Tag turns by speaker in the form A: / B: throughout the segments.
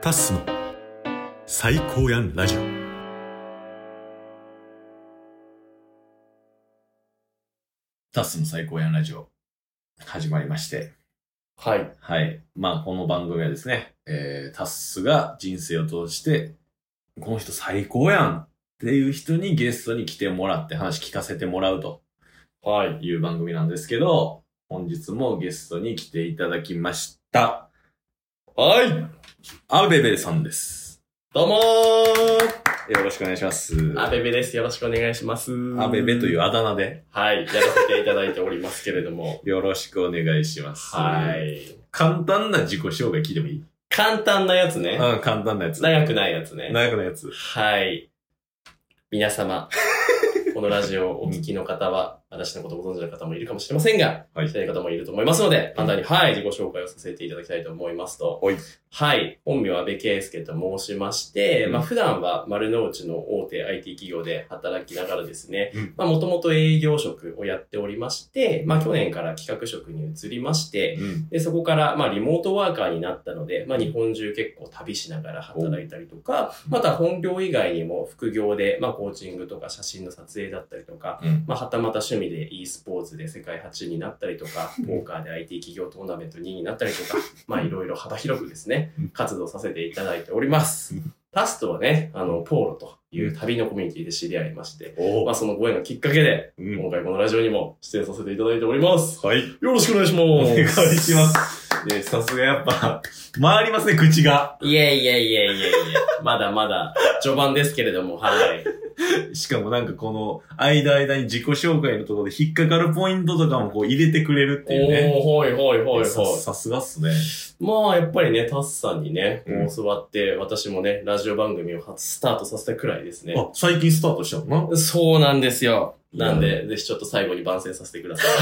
A: タッスの最高やんラジオ
B: タスの最高やんラジオ、始まりまして。
C: はい。
B: はい。まあ、この番組はですね、えー、タスが人生を通して、この人最高やんっていう人にゲストに来てもらって話聞かせてもらうと
C: はい。
B: いう番組なんですけど、本日もゲストに来ていただきました、
C: はい。
B: アベベさんです。
C: どうも
B: よろしくお願いします。
C: ーアベベです。よろしくお願いします。。
B: アベベといううあだ名で
C: はい。やらせていただいておりますけれ ども。
B: よろしくお願いします。
C: はい。
B: 簡単な自己紹介聞いてもいい
C: 簡単なやつね。
B: うん、簡単なやつ。
C: 長くないやつね。
B: 長くないやつ。
C: はい。皆様、 このラジオをお聞きの方は、私のことご存知の方もいるかもしれませんが、
B: はい
C: 知らない方もいると思いますので、簡単に、はい、自己紹介をさせていただきたいと思いますと、
B: はい。
C: はい。本名は安部圭介と申しまして、
B: うん
C: まあ普段は丸の内の大手 IT 企業で働きながらですね、
B: うん
C: まあもともと営業職をやっておりまして、まあ去年から企画職に移りまして、
B: うん。
C: で、そこから、まあ、リモートワーカーになったので、まあ、日本中結構旅しながら働いたりとか、また本業以外にも副業で、まあ、コーチングとか写真の撮影だったりとか、
B: うん。
C: まあ、はたまた趣味で e スポーツで世界8位になったりとか、ポーカーで IT 企業トーナメント2位になったりとか、まあ、いろいろ幅広くですね
B: うん、
C: 活動させていただいております。タスとはね、あの、ポーロという旅のコミュニティで知り合いまして、
B: お
C: まあ、
B: ー
C: そのご縁がきっかけで、
B: うん
C: 今回このラジオにも出演させていただいております。
B: はい。
C: よろしくお願いします。
B: お願いします。ね、さすがやっぱ、回りますね、口が。
C: いえいえいえいえいえ。まだまだ、序盤ですけれども、はい。
B: しかもなんかこの、間間に自己紹介のところで引っかかるポイントとかもこう入れてくれるっていうね。
C: おー、ほいほいほい
B: さ
C: ほい。
B: さすがっすね。
C: まあ、やっぱりね、タスさんにね、
B: うん
C: 教わって、私もね、ラジオ番組を初スタートさせたくらいですね。
B: あ、最近スタートしたのな。
C: そうなんですよ。なん
B: いや
C: で、ぜひちょっと最後に番宣させてください。
B: う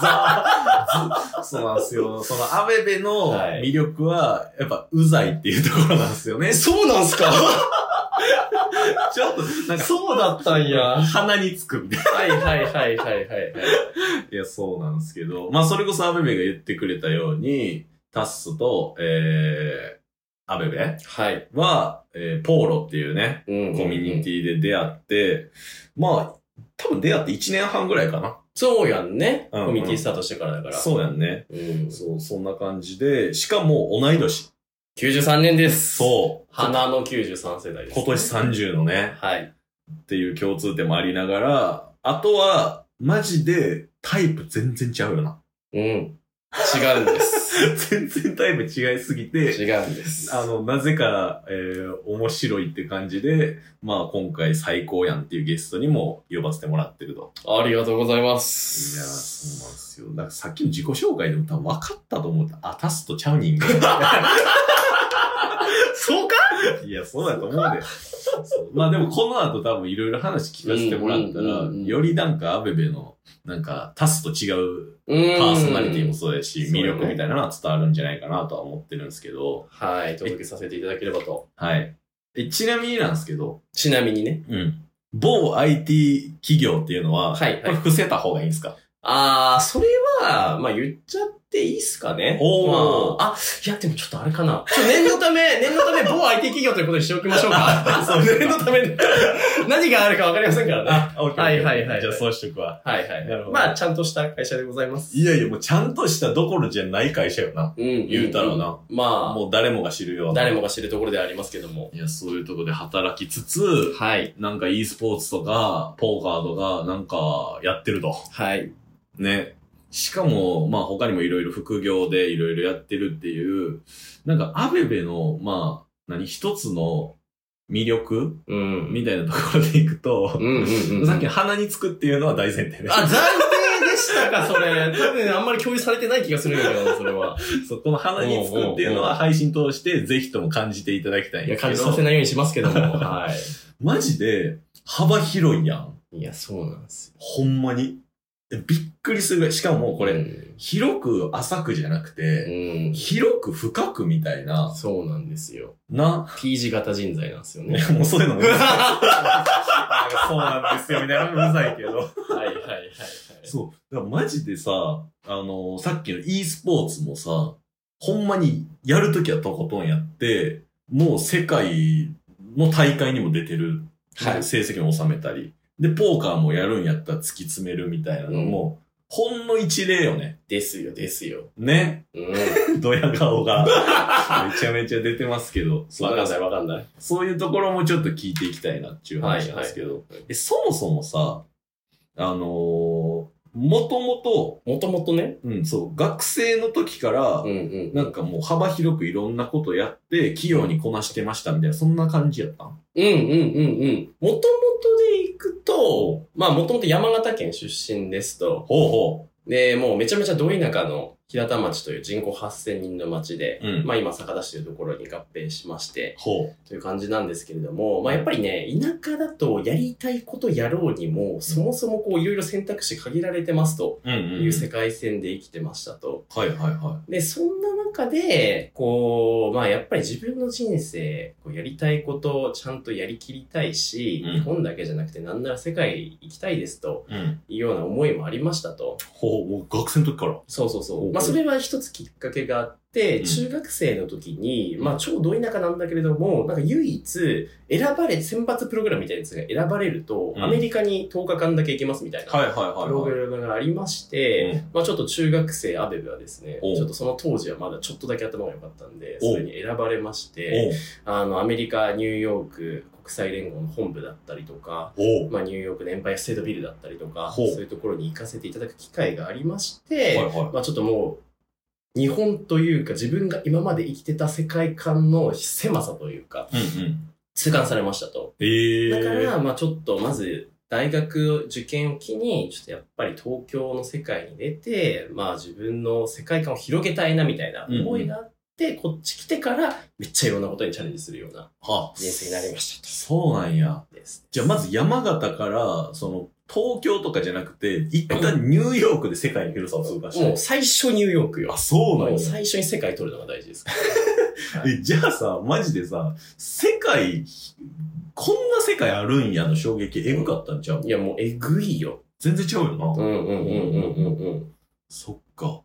B: ざ そうなんですよ。その、アベベの
C: はい
B: 魅力は、やっぱ、うざいっていうところなんですよね。
C: そうなんすか
B: ちょっと、なんか、
C: そうだったんや。 は
B: 鼻につくみたい
C: いはいはいはいはい。
B: な。いや、そうなんですけど。まあ、それこそアベベが言ってくれたように、タッスと、えー、アベベ
C: はい。
B: は、えーポーロっていうね、
C: うん
B: コミュニテ
C: ィ。
B: ィで出会って、まあ、多分出会って1年半ぐらいかな。
C: そうやんね。
B: うんうん
C: コミュニティスタートしてからだから。
B: そうやんね。
C: うん。
B: そう、そんな感じで、しかも同い年。
C: 93年です。
B: そう。
C: 花の93世代です。
B: 今年30のね、
C: はい。
B: っていう共通点もありながら、あとは、マジで、タイプ全然違うよな。
C: うん。違うんです。
B: 全然タイプ違いすぎて、
C: 違うんで す。
B: あの、なぜか、えー、面白いって感じで、まあ今回最高やんっていうゲストにも呼ばせてもらってると。
C: ありがとうございま
B: い
C: す。
B: やー、そうなんですよ。なんかさっきの自己紹介でも多分分かったと思う。あ、タスとちゃう人間。
C: そうか
B: いや、そうだと思うで。そうまあでもこの後多分いろいろ話聞かせてもらった
C: うんうん
B: ら
C: うんうん、
B: よりなんかアベベの、なんかタスと違う
C: うーん。
B: パーソナリティもそうだし、
C: うん
B: 魅力みたいなのは伝わるんじゃないかなとは思ってるんですけど、
C: はい、届けさせていただければと。
B: はい。えちなみになんですけど、
C: ちなみにね。
B: うん。某 IT 企業っていうのは、
C: はい
B: これ伏せた方がいいんですか
C: あー、それは、まあ言っちゃっていいっすかね。
B: おー。
C: まあ、あ、いや、でもちょっとあれかな。ちょ、念のた め、念のため、某 IT 企業ということにしておきましょうか
B: そうですか
C: 念のため、何があるかわかりませんからね。、
B: オッケー
C: はいはいはい
B: じゃあそうしとくわ。
C: はいはい。
B: なるほど
C: まあ、ちゃんとした会社でございます。
B: いやいや、もうちゃんとしたどころじゃない会社よな。
C: うん
B: 言うたらな。
C: まあ、
B: もう誰もが知るような。
C: 誰もが知るところではありますけども。
B: いや、そういうとこで働きつつ、
C: はい。
B: なんか e スポーツとか、ポーカーとか、なんかやってると。
C: はい。
B: ね。しかも、まあ他にもいろいろ副業でいろいろやってるっていう、なんかアベベの、まあ、何、一つの魅力
C: うん
B: みたいなところでいくと
C: う、んうんうん。
B: さっき鼻につくっていうのは大前提ね。
C: あ、暫定でしたか、それ。多分あんまり共有されてない気がするんだけどな、それは。
B: そうこの鼻につくっていうのは配信通してぜひとも感じていただきたいん
C: い
B: で
C: や、
B: すけど。
C: 感じさせないようにしますけども。 は
B: マジで幅広いやん。
C: い。いや、そうなんですよ。
B: ほんまに。えびっくりするぐらい。しかもこれ、
C: うん。
B: 広く浅くじゃなく
C: う
B: て、
C: ん
B: 広く深くみたいな。
C: そうなんですよ。
B: な。
C: T 字型人材なんですよね。
B: もうそういうのも
C: はいは
B: そうなんですよ、みたいなのうざいけど。
C: いはいはい。
B: そう。だからマジでさ、あのさっきの e スポーツもさ、ほんまにやるときはとことんやって、もう世界の大会にも出てる、
C: はい
B: 成績も収めたり、で、ポーカーもやるんやったら突き詰めるみたいなのも、ほんの一例よね。
C: ですよ、ですよ。
B: ね。
C: うん。
B: ドヤ顔が、 めちゃめちゃ出てますけど、そ
C: わ
B: う
C: かんないわかんない。
B: そういうところもちょっと聞いていきたいなっていう話なんですけど、えそもそもさ、あのーもともと、
C: もともとね、
B: うん、そう、学生の時から、
C: うんうん。
B: なんかもう幅広くいろんなことやって、器用にこなしてましたみたいな、そんな感じやったん
C: うんうんうんうん。もともとで行くと、まあもともと山形県出身ですと。
B: ほうほ
C: で、もうめちゃめちゃど田舎の平田町という人口8000人の町で、
B: うん
C: まあ今酒田市というところに合併しまして、
B: ほ
C: という感じなんですけれども、まあやっぱりね、田舎だとやりたいことやろうにも、そもそもこういろいろ選択肢限られてますと
B: う。うんうん、
C: いう世界線で生きてましたと。
B: はいはいは
C: で、そんな中で、こう、まあやっぱり自分の人生、こうやりたいことをちゃんとやりきりたいし、
B: うん
C: 日本だけじゃなくてなんなら世界行きたいですと
B: い。うん。
C: いうような思いもありましたと。
B: ほう、もう学生の時から。
C: そうそうそ
B: おう
C: う。まあそれは一つきっかけがあって、
B: うん
C: 中学生の時に、まあ超ど田舎なんだけれども、なんか唯一選ばれ、選抜プログラムみたいなやつが選ばれると、
B: うん
C: アメリカに10日間だけ行けますみたいな。
B: はいはいはい、
C: プロ
B: はい。
C: グラムがありまして、
B: うん
C: まあちょっと中学生アベブはですね、
B: おう
C: ちょっとその当時はまだちょっとだけ頭が良かったんで、
B: おう
C: それに選ばれまして、あの、アメリカ、ニューヨーク国際連合の本部だったりとか、
B: おうおう
C: まあニューヨークのエンパイアステートビルだったりとか、そ
B: ほう
C: ういうところに行かせていただく機会がありまして、
B: はいは
C: まあちょっともう、日本というか自分が今まで生きてた世界観の狭さというか、
B: い。うんうん。
C: 痛感されましたと。
B: え
C: だか
B: ー。
C: ら、まあちょっとまず、大学受験を機に、ちょっとやっぱり東京の世界に出て、まあ自分の世界観を広げたいなみたいな思いがあって、こっち来てからめっちゃいろんなことにチャレンジするような
B: は
C: 人生になりました
B: そうなんや。
C: とです。
B: じゃあまず山形から、その、東京とかじゃなくて、一旦ニューヨークで世界の広さを通過し
C: も
B: て
C: う。最初ニューヨークよ
B: あ、。そうな
C: も
B: ん
C: う
B: や。
C: 最初に世界取るのが大事ですから。
B: え、じゃあさ、マジでさ、世界、こんな世界あるんやの衝撃、えぐかったんちゃう
C: いやもうえぐいよ。
B: 全然違うよな。
C: うんうんうんうんうんうん。
B: そっか。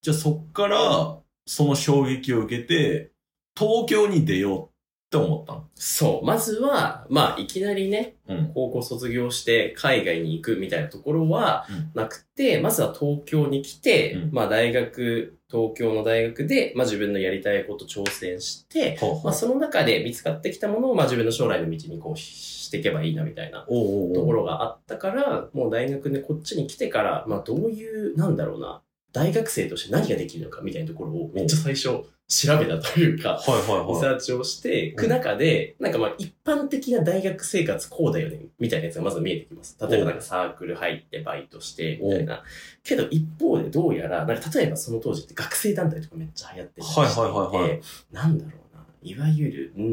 B: じゃあそっから、その衝撃を受けて、東京に出ようって思ったん
C: そう。まずは、まあいきなりね、
B: うん
C: 高校卒業して海外に行くみたいなところは
B: うん
C: なくて、まずは東京に来て、
B: うん
C: まあ大学、東京の大学で、まあ自分のやりたいこと挑戦して、
B: ほう
C: まあその中で見つかってきたものを、まあ自分の将来の道にこうしていけばいいなみたいな
B: おうおう
C: と
B: お
C: こ
B: う
C: ろがあったから、もう大学でこっちに来てから、まあどういう、なんだろうな、大学生として何ができるのかみたいなところをめっちゃ最初調べたというか、
B: はいはい
C: リ
B: はい。
C: サーチをしていく中で、なんかまあ一般的な大学生活こうだよね、みたいなやつがまず見えてきます。例えばなんかサークル入ってバイトして、みたいな。けど一方でどうやら、なんか例えばその当時って学生団体とかめっちゃ流行ってたりしていて、
B: はいはいはいは
C: なんだろうな、いわゆる、うー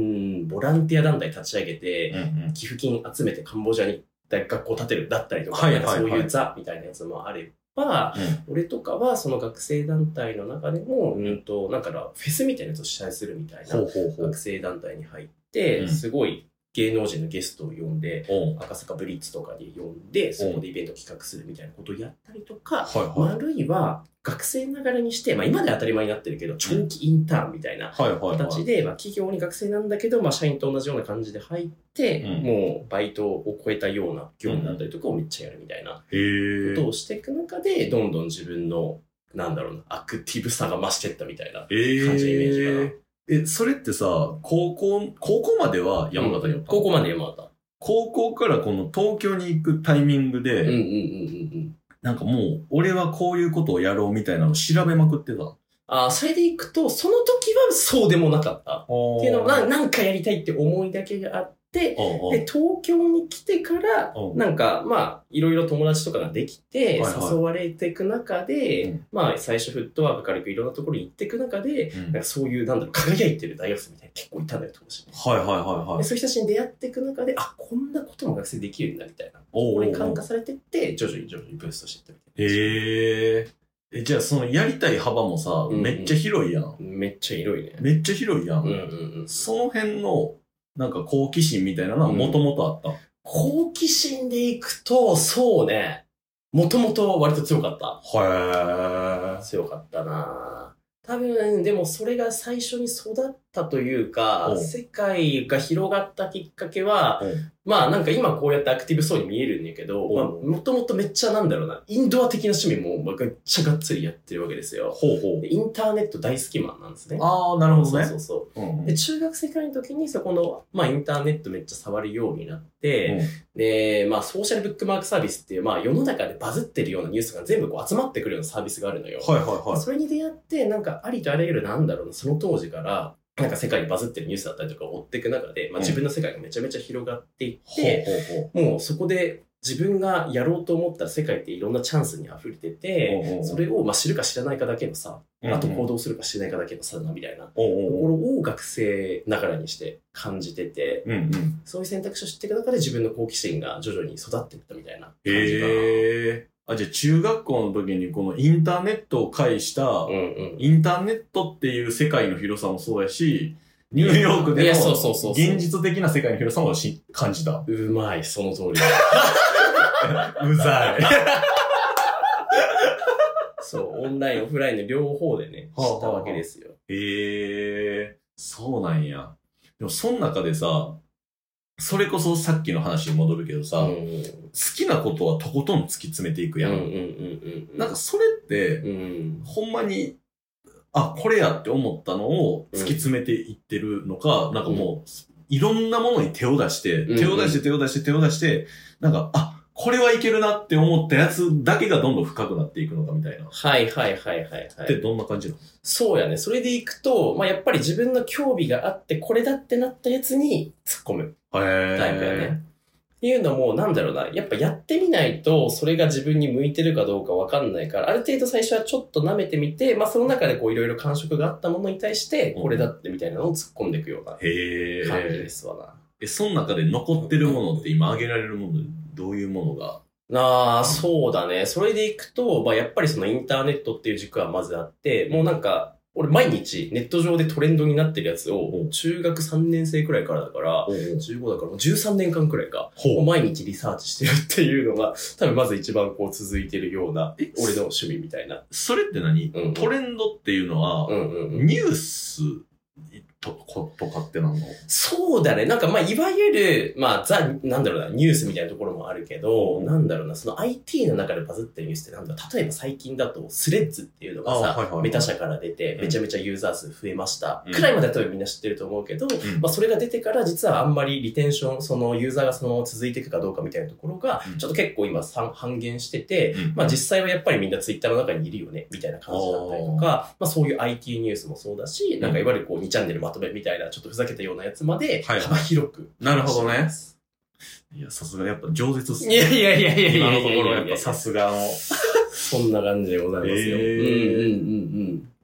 C: ん、ボランティア団体立ち上げて、
B: うんうん
C: 寄付金集めてカンボジアに学校建てるだったりとか、
B: はいはいはい
C: なんかそういうザみたいなやつもあれば、俺とかはその学生団体の中でも、うんと、なんかフェスみたいなやつを主催するみたい
B: ほ
C: な
B: うほうほう
C: 学生団体に入って、
B: うん
C: すごい芸能人のゲストを呼んで、
B: おう。
C: 赤坂ブリッツとかで呼んで、そこでイベント企画するみたいなことをやったりとか、
B: はい
C: ま
B: は
C: あ
B: い。
C: あるいは学生ながらにして、まあ今では当たり前になってるけど、長期インターンみたいな
B: はいはいはい
C: 形。で、まあ企業に学生なんだけど、まあ社員と同じような感じで入って、
B: うん
C: もうバイトを超えたような業務だったりとかをめっちゃやるみたいな。
B: へえ
C: ことをしていく中で、どんどん自分の、なんだろうな、アクティブさが増していったみたいな。
B: ええ
C: 感じのイメージかな
B: え、それってさ、高校、高校までは山形におったの
C: 高校まで山形。
B: 高校からこの東京に行くタイミングで、
C: うんうんうんうんうん。
B: なんかもう、俺はこういうことをやろうみたいなのを調べまくってた。っ
C: ああ、それでいくと、その時はそうでもなかった。ってていうのが、
B: ん
C: なんかやりたいって思いだけがあって、で、東京に来てから
B: う、ん
C: なんか、まあ、いろいろ友達とかができて、
B: はいはい
C: 誘われていく中で、
B: うん
C: まあ、最初フットワーク軽くいろんなところに行っていく中で、
B: うん
C: なんかそういう、なんだろう、輝いてる大学生みたいな結構いたんだよ、当時。
B: はいはいはいは
C: で
B: い。
C: そういう人たちに出会っていく中で、あ、こんなことも学生できるんだみたいな。
B: お
C: こ
B: う
C: れ
B: お
C: に感化
B: う
C: されてって、徐々に徐々にブーストしていったみたいな。
B: へえ。え、じゃあそのやりたい幅もさ、
C: うんうん
B: めっちゃ広いやん。
C: めっちゃ広いね。
B: めっちゃ広いやん。
C: うんうんうん。
B: その辺の、なんか好奇心みたいなのはもともとあった。
C: 好奇心でいくと、そうね。もともと割と強かった。
B: へえ。
C: 強かったなぁ多分、でもそれが最初に育ったというか
B: お、
C: 世界が広がったきっかけは、
B: うん
C: まあなんか今こうやってアクティブそうに見えるんだけど、
B: お
C: まあもともとめっちゃなんだろうな、インドア的な趣味もまあめっちゃがっつりやってるわけですよ。
B: ほうほう
C: で。インターネット大好きマンなんですね。
B: ああ、なるほどね。
C: そうそうそ
B: う
C: う。
B: んうん
C: で、中学生くらいの時に、そこの、まあ、インターネットめっちゃ触るようになって、
B: うん
C: で、まあ、ソーシャルブックマークサービスっていう、まあ、世の中でバズってるようなニュースが全部こう集まってくるようなサービスがあるのよ。
B: はいはいはい。
C: それに出会って、なんか、ありとあらゆる、なんだろうな、その当時から、なんか世界にバズってるニュースだったりとかを追っていく中で、まあ、
B: うん
C: 自分の世界がめちゃめちゃ広がっていっ
B: ほう
C: て、
B: ほうほう。
C: もうそこで自分がやろうと思ったら世界っていろんなチャンスに溢れてて、
B: おうおうおう
C: それをまあ知るか知らないかだけのさ、
B: うんうん
C: あと行動するか知らないかだけの差だな、みたいな。
B: おう
C: と
B: おうお
C: こ
B: う
C: ろを学生ながらにして感じてて、
B: うんうん。
C: そういう選択肢を知っていく中で自分の好奇心が徐々に育っていったみたいな感じかな。
B: へえ。あ、じゃあ中学校の時にこのインターネットを介した
C: う、んうん。
B: インターネットっていう世界の広さもそうやし、ニューヨーク
C: い
B: で
C: や
B: の
C: そうそうそうそう
B: 現実的な世界の広さもし感じた。
C: うまい、その通り。
B: うざい。
C: そう、オンライン、オフラインの両方でね、知
B: はあはあはあ
C: ったわけですよ。
B: へえ、そうなんや。でも、その中でさ、それこそさっきの話に戻るけどさ、
C: うん
B: 好
C: うん
B: きなことはとことん突き詰めていく
C: うんう
B: や
C: ん
B: ん。
C: うんうん。
B: なんかそれって、
C: うん。
B: ほんまに、あ、これやって思ったのを突き詰めていってるのか、なんかもう、いろんなものに手を出して、
C: うん
B: 手を出して手を出して手を出して、なんか、あ、これはいけるなって思ったやつだけがどんどん深くなっていくのかみたいな。
C: はいはいはいはいは
B: って
C: い。
B: どんな感じなの
C: そうやね。それでいくと、まあ、やっぱり自分の興味があって、これだってなったやつに突っ込む。
B: へ
C: タイプやね。っていうのも、なんだろうな、やっぱやってみないと、それが自分に向いてるかどうかわかんないから、ある程度最初はちょっと舐めてみて、まあその中でこういろいろ感触があったものに対して、
B: うん
C: これだってみたいなのを突っ込んでいくような
B: へえ。
C: 感じですわな。
B: え、その中で残ってるものって今挙げられるもの、どういうものが
C: なあ、そうだね。それでいくと、まあやっぱりそのインターネットっていう軸はまずあって、もうなんか、俺毎日ネット上でトレンドになってるやつを、中学3年生くらいからだから、15だからもう13年間くらいか。
B: ほ
C: を毎日リサーチしてるっていうのが、多分まず一番こう続いてるような
B: え、
C: 俺の趣味みたいな。
B: それって何、
C: うん
B: トレンドっていうのは、
C: うんうんうん。
B: ニュースとことかってなの
C: そうだね。なんかまあ、いわゆる、まあ、ザ、なんだろうな、ニュースみたいなところもあるけど、
B: うん
C: なんだろうな、その IT の中でバズってるニュースってなんだろう例えば最近だと、スレッズっていうのが
B: あはいはい
C: さ
B: は、い
C: メタ社から出て、
B: うん
C: めちゃめちゃユーザー数増えました。
B: うん
C: くらいまでは多分みんな知ってると思うけど、まあ、それが出てから実はあんまりリテンション、そのユーザーがそのまま続いていくかどうかみたいなところが
B: うん、
C: ちょっと結構今さん半減してて、
B: うん
C: まあ実際はやっぱりみんなツイッターの中にいるよね、みたいな感じだったりとか、まあそういう IT ニュースもそうだし、なんかいわゆるこう2チャンネルまとめみたいな、ちょっとふざけたようなやつまで、
B: はい
C: 幅広く。
B: なるほどね。いや、さすがやっぱ饒舌っす
C: いやいやいやいやいや
B: 今
C: い
B: の
C: や
B: ところやっぱさすがの。
C: そんな感じでございますよ。
B: へ
C: うん
B: ー
C: うんうん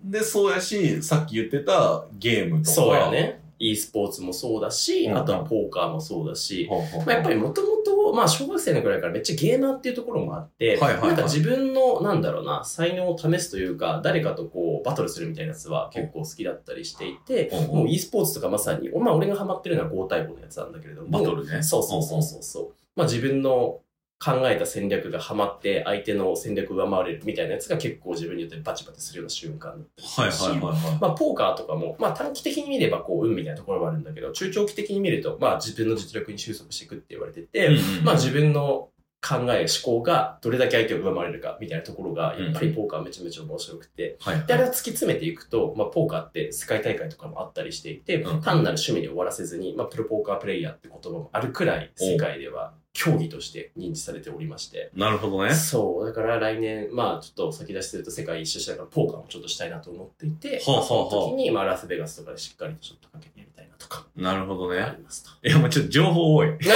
C: うん。
B: で、そうやし、さっき言ってたゲームとか。
C: そうや。ね。e スポーツもそうだし、
B: うん
C: あとはポーカーもそうだし、
B: ほうほう
C: まあ、やっぱりもともと、まあ、小学生のくらいからめっちゃゲーマーっていうところもあって、
B: はいはいはい
C: なんか自分の、なんだろうな、才能を試すというか、誰かとこう、バトルするみたいなやつは結構好きだったりしていて、
B: ほうほ
C: も
B: う
C: う e スポーツとかまさに、まあ、俺がハマってるのは5対5のやつなんだけれども、
B: バトルね。
C: そうそうそうそうそう。まあ、自分の考えた戦略がハマって、相手の戦略を上回れるみたいなやつが結構自分によってバチバチするような瞬間
B: はいはいはいはい。
C: まあ、ポーカーとかも、まあ、短期的に見れば、こう、運みたいなところもあるんだけど、中長期的に見ると、まあ、自分の実力に収束していくって言われてて、
B: うんうん
C: まあ、自分の考え、思考がどれだけ相手を上回れるか、みたいなところが、やっぱりポーカーめちゃめちゃ面白くて、
B: はいはい
C: で、あれを突き詰めていくと、まあ、ポーカーって世界大会とかもあったりしていて、
B: うん
C: 単なる趣味で終わらせずに、まあ、プロポーカープレイヤーって言葉もあるくらい、世界では競技として認知されておりまして、
B: なるほどね。
C: そう、だから来年、まあちょっと先出しすると世界一周したからポーカーもちょっとしたいなと思っていて、
B: ほうほうほう
C: まあその時に、まあラスベガスとかでしっかりとちょっとかけてやりたいなとか、
B: なるほど
C: あ
B: ね。
C: りますと。
B: いや、もうちょっと情報多い。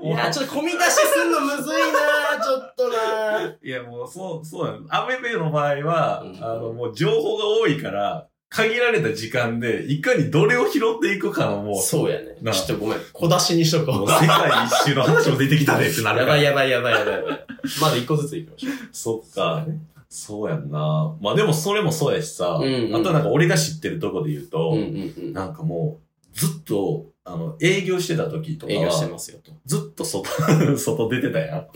C: いやちょっと込み出しすんのむずいなちょっとな い
B: や、もう、そう、そうなの。アメベの場合は、
C: うん
B: あの、もう情報が多いから、限られた時間で、いかにどれを拾っていくかのもう、
C: そうやね。
B: な
C: ちょっとごめん。小出しにしと
B: も
C: こ
B: う
C: う。
B: 世界一周の話も出てきたねってなる
C: や
B: から。
C: ばいやばいやばいやばいやばい。まだ一個ずついきましょ う。
B: そっか。そうやんな。まあでもそれもそうやしさ、
C: うんうん
B: あとはなんか俺が知ってるとこで言うと、
C: うんうんうん。
B: なんかもう、ずっとあの、営業してた時とか
C: 営業して
B: は、
C: ますよと。
B: ずっと外、 外出てたやん。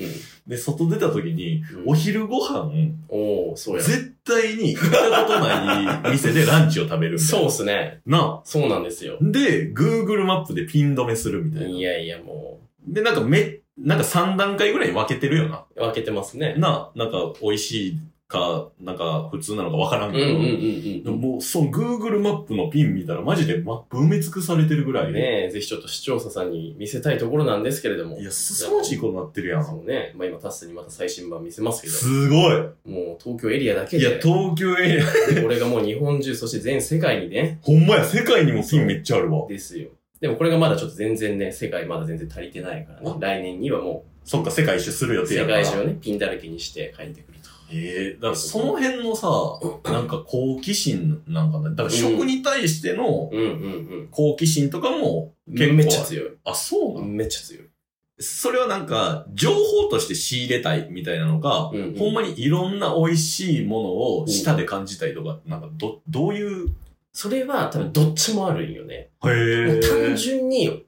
B: で、外出た時に、お
C: お
B: 昼ご飯、
C: おーそうや。
B: 絶対に行ったことない店でランチを食べるみたい
C: そうっすね。
B: な。な
C: そうなんですよ。
B: で、Google マップでピン止めするみたい
C: い
B: な。
C: やいや、も
B: で、なんかめ、なんか3段階ぐらいに分けてるよな。
C: う、分けてますね。
B: な、なんか美味しいか、なんか普通なのかわから
C: うんんうん
B: け
C: う
B: ど。
C: ん
B: で
C: う
B: も
C: ん。
B: もう、その Google マップのピン見たらマジでマップ埋め尽くされてるぐらい。
C: ねえ、ぜひちょっと視聴者さんに見せたいところなんですけれども。
B: いや、すさまじいことになってるやん。
C: そうね。まあ今、タッスにまた最新版見せますけど、
B: すごい
C: もう東京エリアだけ
B: いや、
C: で、
B: 東京エリア、
C: これがもう日本中、そして全世界にね、
B: ほんまや、世界にもピンめっちゃあるわ。
C: ですよ。でもこれがまだちょっと全然ね、世界まだ全然足りてないからね
B: あ。
C: 来年にはも
B: そっか、世界一周する
C: う、
B: 予定や
C: 世
B: から。
C: 界中をね、ピンだらけにして帰ってくると。
B: ええだからその辺のさ、なんか好奇心なんかな。だから食に対しての
C: うんうん
B: 好奇心とかも
C: うん。
B: 結構ある
C: めっちゃ強い。
B: あ、そうなの、
C: めっちゃ強い。
B: それはなんか、情報として仕入れたいみたいなのか、
C: うんうん
B: ほんまにいろんな美味しいものを舌で感じたいとか、なんか、ど、どういう、
C: それは多分どっちもあるんよね。
B: へ
C: もう単
B: ー
C: 純に、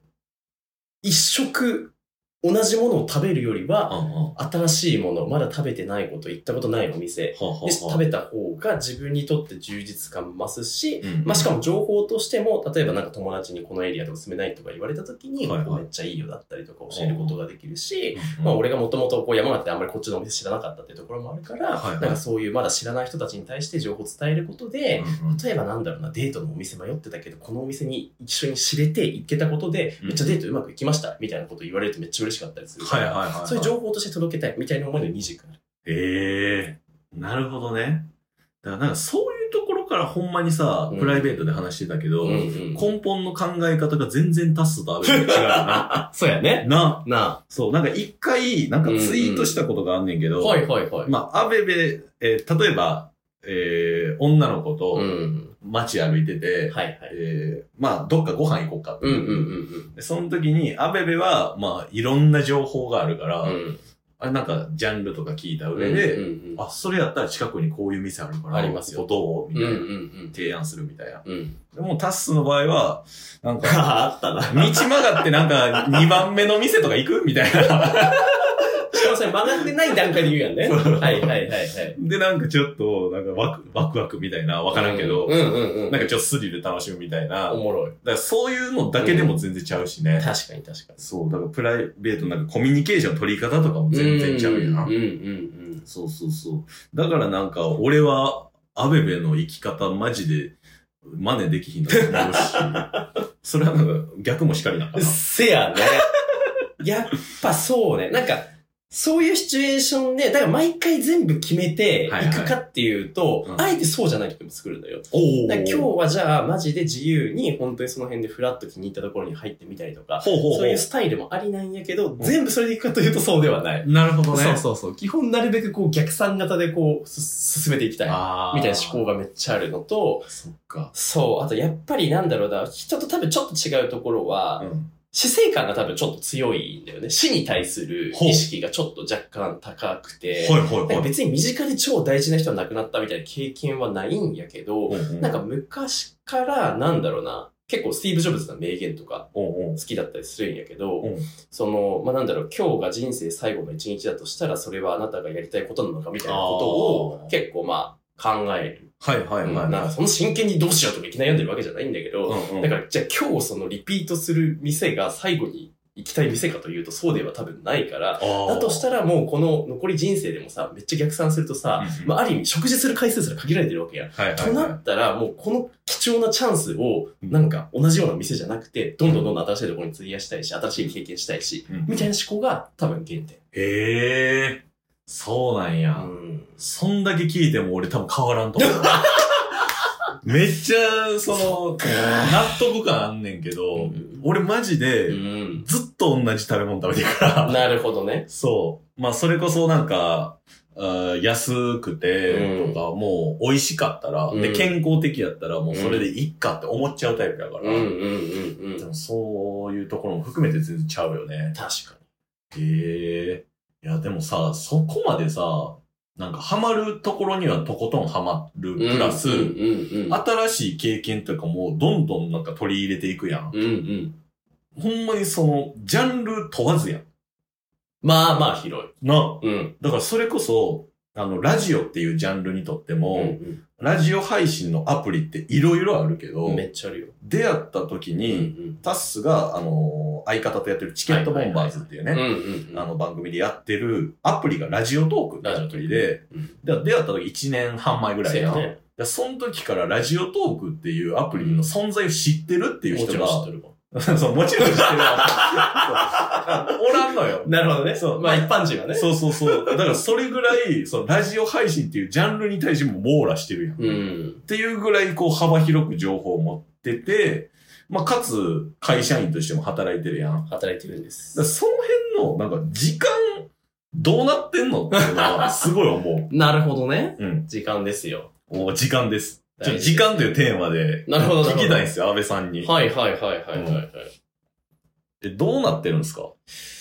C: 一食同じものを食べるより
B: あ
C: は、
B: あ、は
C: 新しいもの、まだ食べてないこと、行ったことないお店
B: あ、はあ。
C: で食べた方が自分にとって充実感増すし、
B: うん
C: まあ、しかも情報としても、例えばなんか友達にこのエリアとか住めないとか言われた時に、
B: はいはい
C: ここめっちゃいいよだったりとか教えることができるし、
B: うん
C: まあ、俺がもともとこう山形であんまりこっちのお店知らなかったっていうところもあるから、
B: はいはい
C: なんかそういうまだ知らない人たちに対して情報を伝えることで、
B: うんうん
C: 例えばなんだろうな、デートのお店迷ってたけど、このお店に一緒に知れて行けたことで、
B: うん
C: めっちゃデートうまくいきました、みたいなこと言われるとめっちゃ嬉しかったりするか
B: はい
C: ら。
B: はいはいはい。
C: そういう情報として届けたいみたいな思いで2軸ある。
B: ええなるほどね。だからなんかそういうところからほんまにさ、
C: うん
B: プライベートで話してたけど、
C: ん
B: 根本の考え方が全然タスとアベ 違うよな。
C: そうや ね。
B: な、
C: な
B: そう、なんか一回、なんかツイートしたことがあんねんけ
C: あ。
B: ど、
C: はいはいはい。
B: まあ、アベベ、えー例えば、えー女の子
C: う
B: と
C: ん。
B: 街歩いてて、
C: はいはい。
B: えーまあ、どっかご飯行こうかって。
C: うんうんうん
B: でその時に、アベベは、まあ、いろんな情報があるから、
C: うん。うん。
B: あれなんか、ジャンルとか聞いた上で、
C: うんうんうん、
B: あ、それやったら近くにこういう店あるから、
C: ありますよ
B: ここどう
C: うん
B: み
C: う
B: たいな、
C: ん
B: 提案するみたいな。
C: うん。うん。
B: でも、タッスの場合は、なんか、
C: あったな。
B: 道曲がってなん か、2番目の店とか行くみたいな。
C: しかもそれ曲がってない段階で言うやんね。はいはいはいはい。
B: で、なんかちょっと、なんかワク、ワクワクみたいな、わからんけど、
C: うんうんうん。
B: なんかちょっとスリル楽しむみたいな。だ
C: お
B: か
C: もろい。
B: らそういうのだけでも全然ちゃうしね。
C: 確かに確かに。
B: そう、だからプライベートなんかコミュニケーション取り方とかも全然ちゃうよな。
C: うんうんうん。
B: そうそうそう。だからなんか、俺は、アベベの生き方、マジで、真似できひんなと思 うし、それはなんか、逆もしかりなんかな。
C: せやね。 やっぱそうね。なんか、そういうシチュエーションで、だから毎回全部決めて
B: はいはい
C: 行くかっていうと、
B: うん
C: あえてそうじゃない時も作るんだよ。
B: お
C: だから今日
B: ほう
C: はじゃあマジで自由に本当にその辺でフラッと気に入ったところに入ってみたりとか、
B: ほうほう。
C: そういうスタイルもありなんやけど、全部それで行くかというとそうではない。
B: なるほどね。
C: そうそうそう。基本なるべくこう逆算型でこうす進めていきたい。
B: あー
C: みたいな思考がめっちゃあるのと、
B: そっか。
C: そう、あとやっぱりなんだろうな、人と多分ちょっと違うところは、
B: うん。
C: 死生観が多分ちょっと強いんだよね。死に対する意識がちょっと若干高くて、
B: はいは
C: ないんか
B: はい。
C: 別に身近で超大事な人が亡くなったみたいな経験はないんやけど、なん
B: か、
C: か昔からなんだろうな、結構スティーブ・ジョブズの名言とか
B: おうおう
C: 好きだったりするんやけど、
B: うん
C: その、まあ、なんだろう、今日が人生最後の一日だとしたら、それはあなたがやりたいことなのかみたいなこと
B: あ
C: を
B: ー
C: 結構まあ考える。
B: はいはいはい。
C: うんなんかその真剣にどうしようとかいきなり読んでるわけじゃないんだけど、
B: うんうん
C: だから、じゃあ今日そのリピートする店が最後に行きたい店かというとそうでは多分ないから、だとしたらもうこの残り人生でもさ、めっちゃ逆算するとさ、
B: うんうん
C: まあある意味食事する回数すら限られてるわけや。
B: ら、はいはい
C: と
B: は
C: ないったら、もうこの貴重なチャンスを、なんか同じような店じゃなくて、どんどんどんどん新しいところに費やしたいし、新しい経験したいし、
B: うん
C: みたいな思考が多分原点。
B: へえ、そうなんや。そんだけ聞いても俺多分変わらんと思 う。めっちゃ、その、納得感あんねんけど、
C: うん
B: 俺マジ
C: う
B: で、
C: ん。
B: ずっと同じ食べ物食べてるから、
C: なるほどね。
B: そう。まあ、それこそなんか、あー安くて、とか、もう美味しかったら、
C: う
B: で、
C: ん
B: 健康的やったら、もうそれでいっかって思っちゃうタイプやから、
C: うんうんうんう
B: で
C: ん。確
B: もそういうところも含めて全然ちゃうよね。
C: か
B: へえ。いや、でもさ、そこまでさ、なんかハマるところにはとことんハマる
C: に。
B: プラス、
C: うんうんうん。
B: 新しい経験とかもどんどんなんか取り入れていくやん。
C: うんうん。
B: ほんまにその、ジャンル問わずやん。
C: まあまあ広い。
B: な。
C: うん。
B: だからそれこそ、あの、ラジオっていうジャンルにとっても、
C: うん
B: ラジオ配信のアプリっていろいろあるけど、
C: うん。めっちゃあるよ。
B: 出会った時
C: う
B: に、
C: ん
B: タッスが、あのー相方とやってるチケットボンバーズっていう
C: うん。うん
B: ね、
C: うんうん。
B: あの番組でやってるアプリがラジオトークってアプリで、
C: うん、
B: で出会った時1年半前ぐらい
C: せ
B: や
C: や
B: ん。
C: ね。
B: でその時からラジオトークっていうアプリの存在を知ってるっていう
C: も
B: 人
C: ち
B: が
C: ろ、ん知ってるわ。
B: そうもちろん知ってるわそうおらんのよ。
C: なるほどね。
B: そう
C: まあ一般人はね。
B: そうそうそう。だからそれぐらい、そのラジオ配信っていうジャンルに対しても網羅してるやん。
C: う
B: っ
C: ん。
B: ていうぐらいこう幅広く情報を持ってて、まあ、かつ会社員としても働いてるやん。だか
C: 働いてるんです
B: ら。その辺の、なんか時間、どうなってんのっていうのは、すごい 思
C: なるほどね。
B: う。うん。
C: 時間ですよ。
B: お時間です。ちょ
C: 大事
B: 時間というテーマで、
C: なるほどなる
B: 聞
C: ほど
B: きたいんですよ、安倍さんに。
C: はいはいはいはいはい、はい
B: えどうなってるんですか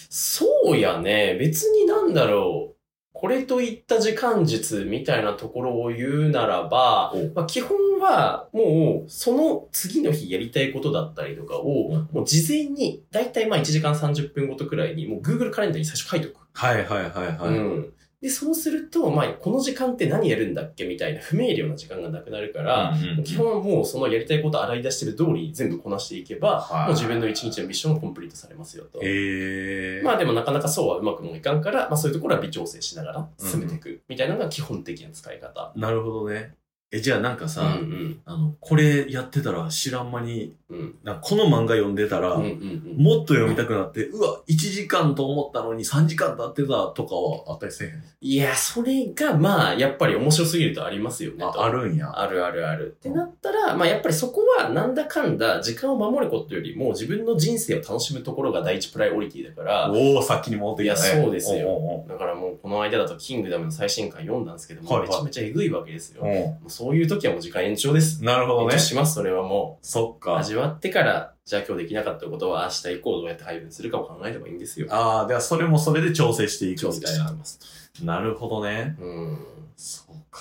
C: そうやね。別になんだろう。これといった時間術みたいなところを言うならば
B: お、
C: まあ、基本はもうその次の日やりたいことだったりとかを、
B: うん
C: もう事前にだいたいまあ1時間30分ごとくらいにもう Google カレンダーに最初書いとく。
B: はいはいはいは
C: うん、で、そうすると、まあ、この時間って何やるんだっけみたいな不明瞭な時間がなくなるから、
B: うんうんうん
C: 基本はもうそのやりたいこと洗い出してる通りに全部こなしていけば、
B: はい
C: もう自分の一日のミッションがコンプリートされますよと。
B: えー。
C: まあでもなかなかそうはうまくもいかんから、まあそういうところは微調整しながら進めていくみたいなのが基本的な使い方。
B: なるほどね。え、じゃあなんか
C: う
B: さ、
C: んうん
B: あの、これやってたら知らん間に、
C: うん。
B: なんかこの漫画読んでたら、
C: うんうんうん。
B: もっと読みたくなって、うわ、1時間と思ったのに3時間経ってたとかはあったりせえへん。
C: いや、それがまあやっぱり面白すぎるとありますよね
B: あ、
C: と。
B: あるんや。
C: あるあるある。ってなったら、まあやっぱりそこはなんだかんだ時間を守ることよりも自分の人生を楽しむところが第一プライオリティだから、
B: おお、さっきに戻ってきたね。
C: いやそうですよ
B: おうおう
C: だからもうこの間だとキングダムの最新刊読んだんですけども、
B: はいはい
C: めちゃめちゃえぐいわけですよ。
B: お
C: も
B: うお
C: うそういう時はもう時間延長です。
B: うなるほど
C: 延
B: ね
C: 長。します、それはもう。
B: そっか。
C: 味わってから、じゃあ今日できなかったことは明日以降どうやって配分するかを考えればいいんですよ。
B: ああ、ではそれもそれで調整していく
C: 調
B: み
C: 整
B: たい
C: してい
B: な
C: き。ますと。
B: なるほどね。
C: うん。
B: そうか。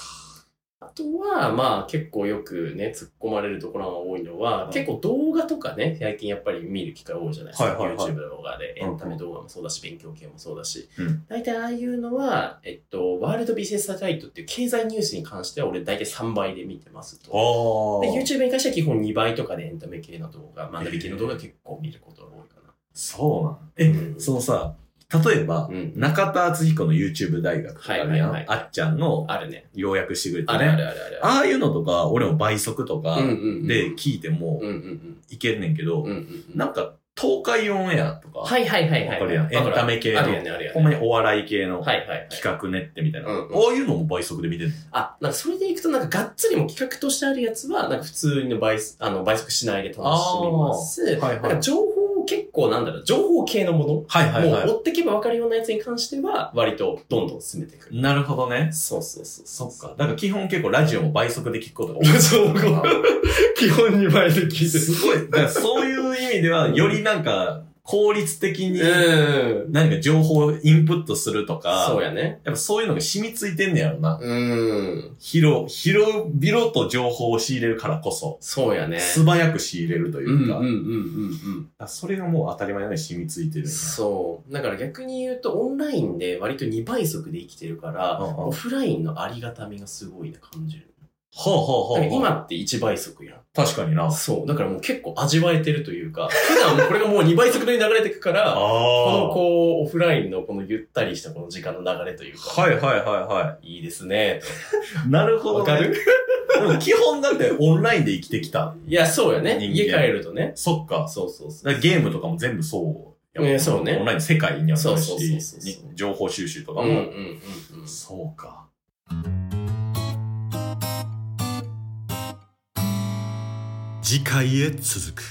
C: あとは、まあ結構よくね、突っ込まれるところが多いのは、
B: うん
C: 結構動画とかね、最近やっぱり見る機会多いじゃないですか。
B: はいはいはい
C: YouTube の動画で、エ
B: うん
C: ンタメ動画もそうだし、勉強系もそうだし。
B: うん
C: 大体ああいうのは、えっと、ワールドビジネスサイトっていう経済ニュースに関しては俺大体3倍で見てますと。
B: お
C: で
B: ー。
C: YouTube に関しては基本2倍とかでエンタメ系の動画、学び系の動画結構見ることが多いかな。
B: そうなん。え、
C: うん
B: そのさ、例えば、
C: うん
B: 中田敦彦の YouTube 大学とかね、
C: はいはいはい
B: あっちゃんの
C: あるね。
B: 要約してくれて
C: あ
B: ね。
C: るあるあるある。
B: ああいうのとか、俺も倍速とか
C: うんうんうん
B: で聞いても
C: うんうん
B: いけんねんけど、
C: うんうんうんうん。
B: なんか、東海オンエアとか、
C: はいはいはいはい。
B: わかるやんエンタメ系の
C: あるよね、あるよ
B: ほんま
C: ね。
B: にお笑い系の
C: はいはいはい。
B: 企画ねってみたいな、
C: うんうん
B: ああいうのも倍速で見てる。
C: あ、なんかそれでいくと、なんかがっつりも企画としてあるやつは、なんか普通の倍速、あの、倍速しないで楽しみます。
B: あーはいはい
C: なんか情報を結構なんだろう、情報系のもの、
B: はい
C: もう追ってけばわかるようなやつに関しては、割とどんどん進めていくる。
B: なるほどね。
C: そうそうそう。
B: そっか。だから基本結構ラジオも倍速で聞くことが多い。
C: そう、基本2倍で聞いて
B: すごい。だからそういう意味では、よりなんか、効率的に、
C: る。うん。
B: 何か情報をインプットするとか、
C: そうやね。
B: やっぱそういうのが染みついてんねやろな。
C: うん。
B: 拾う、拾う、ビロと情報を仕入れるからこそ、
C: そうやね。
B: 素早く仕入れるというか、
C: うんうんうんうんうん。
B: あそれがもう当たり前のように染みついてるんや
C: そう。だから逆に言うと、オンラインで割と2倍速で生きてるから、
B: うんうん
C: オフラインのありがたみがすごいな感じる。
B: ほうほうほう
C: だ
B: ほ
C: か
B: う。
C: ら今って1倍速やん。
B: 確かにな。あ
C: そう。だからもう結構味わえてるというか、普段もうこれがもう2倍速で流れてくから、この
B: あ。
C: こう、オフラインのこのゆったりしたこの時間の流れというか、
B: はいはいはいはい
C: いですね。
B: い。なるほ
C: わ
B: ど、ね。
C: かる
B: でも基本だってオンラインで生きてきた。
C: いや、そうやね。
B: 人間
C: 家帰るとね。
B: そっか。
C: そうそうそ
B: だ
C: う。
B: からゲームとかも全部そうやもん。
C: えーそうね
B: オンライン世界にはそう
C: そうそう
B: し
C: そうそうそう、
B: 情報収集とか
C: うん
B: も。
C: うんうんうん。
B: そうか。
A: 次回へ続く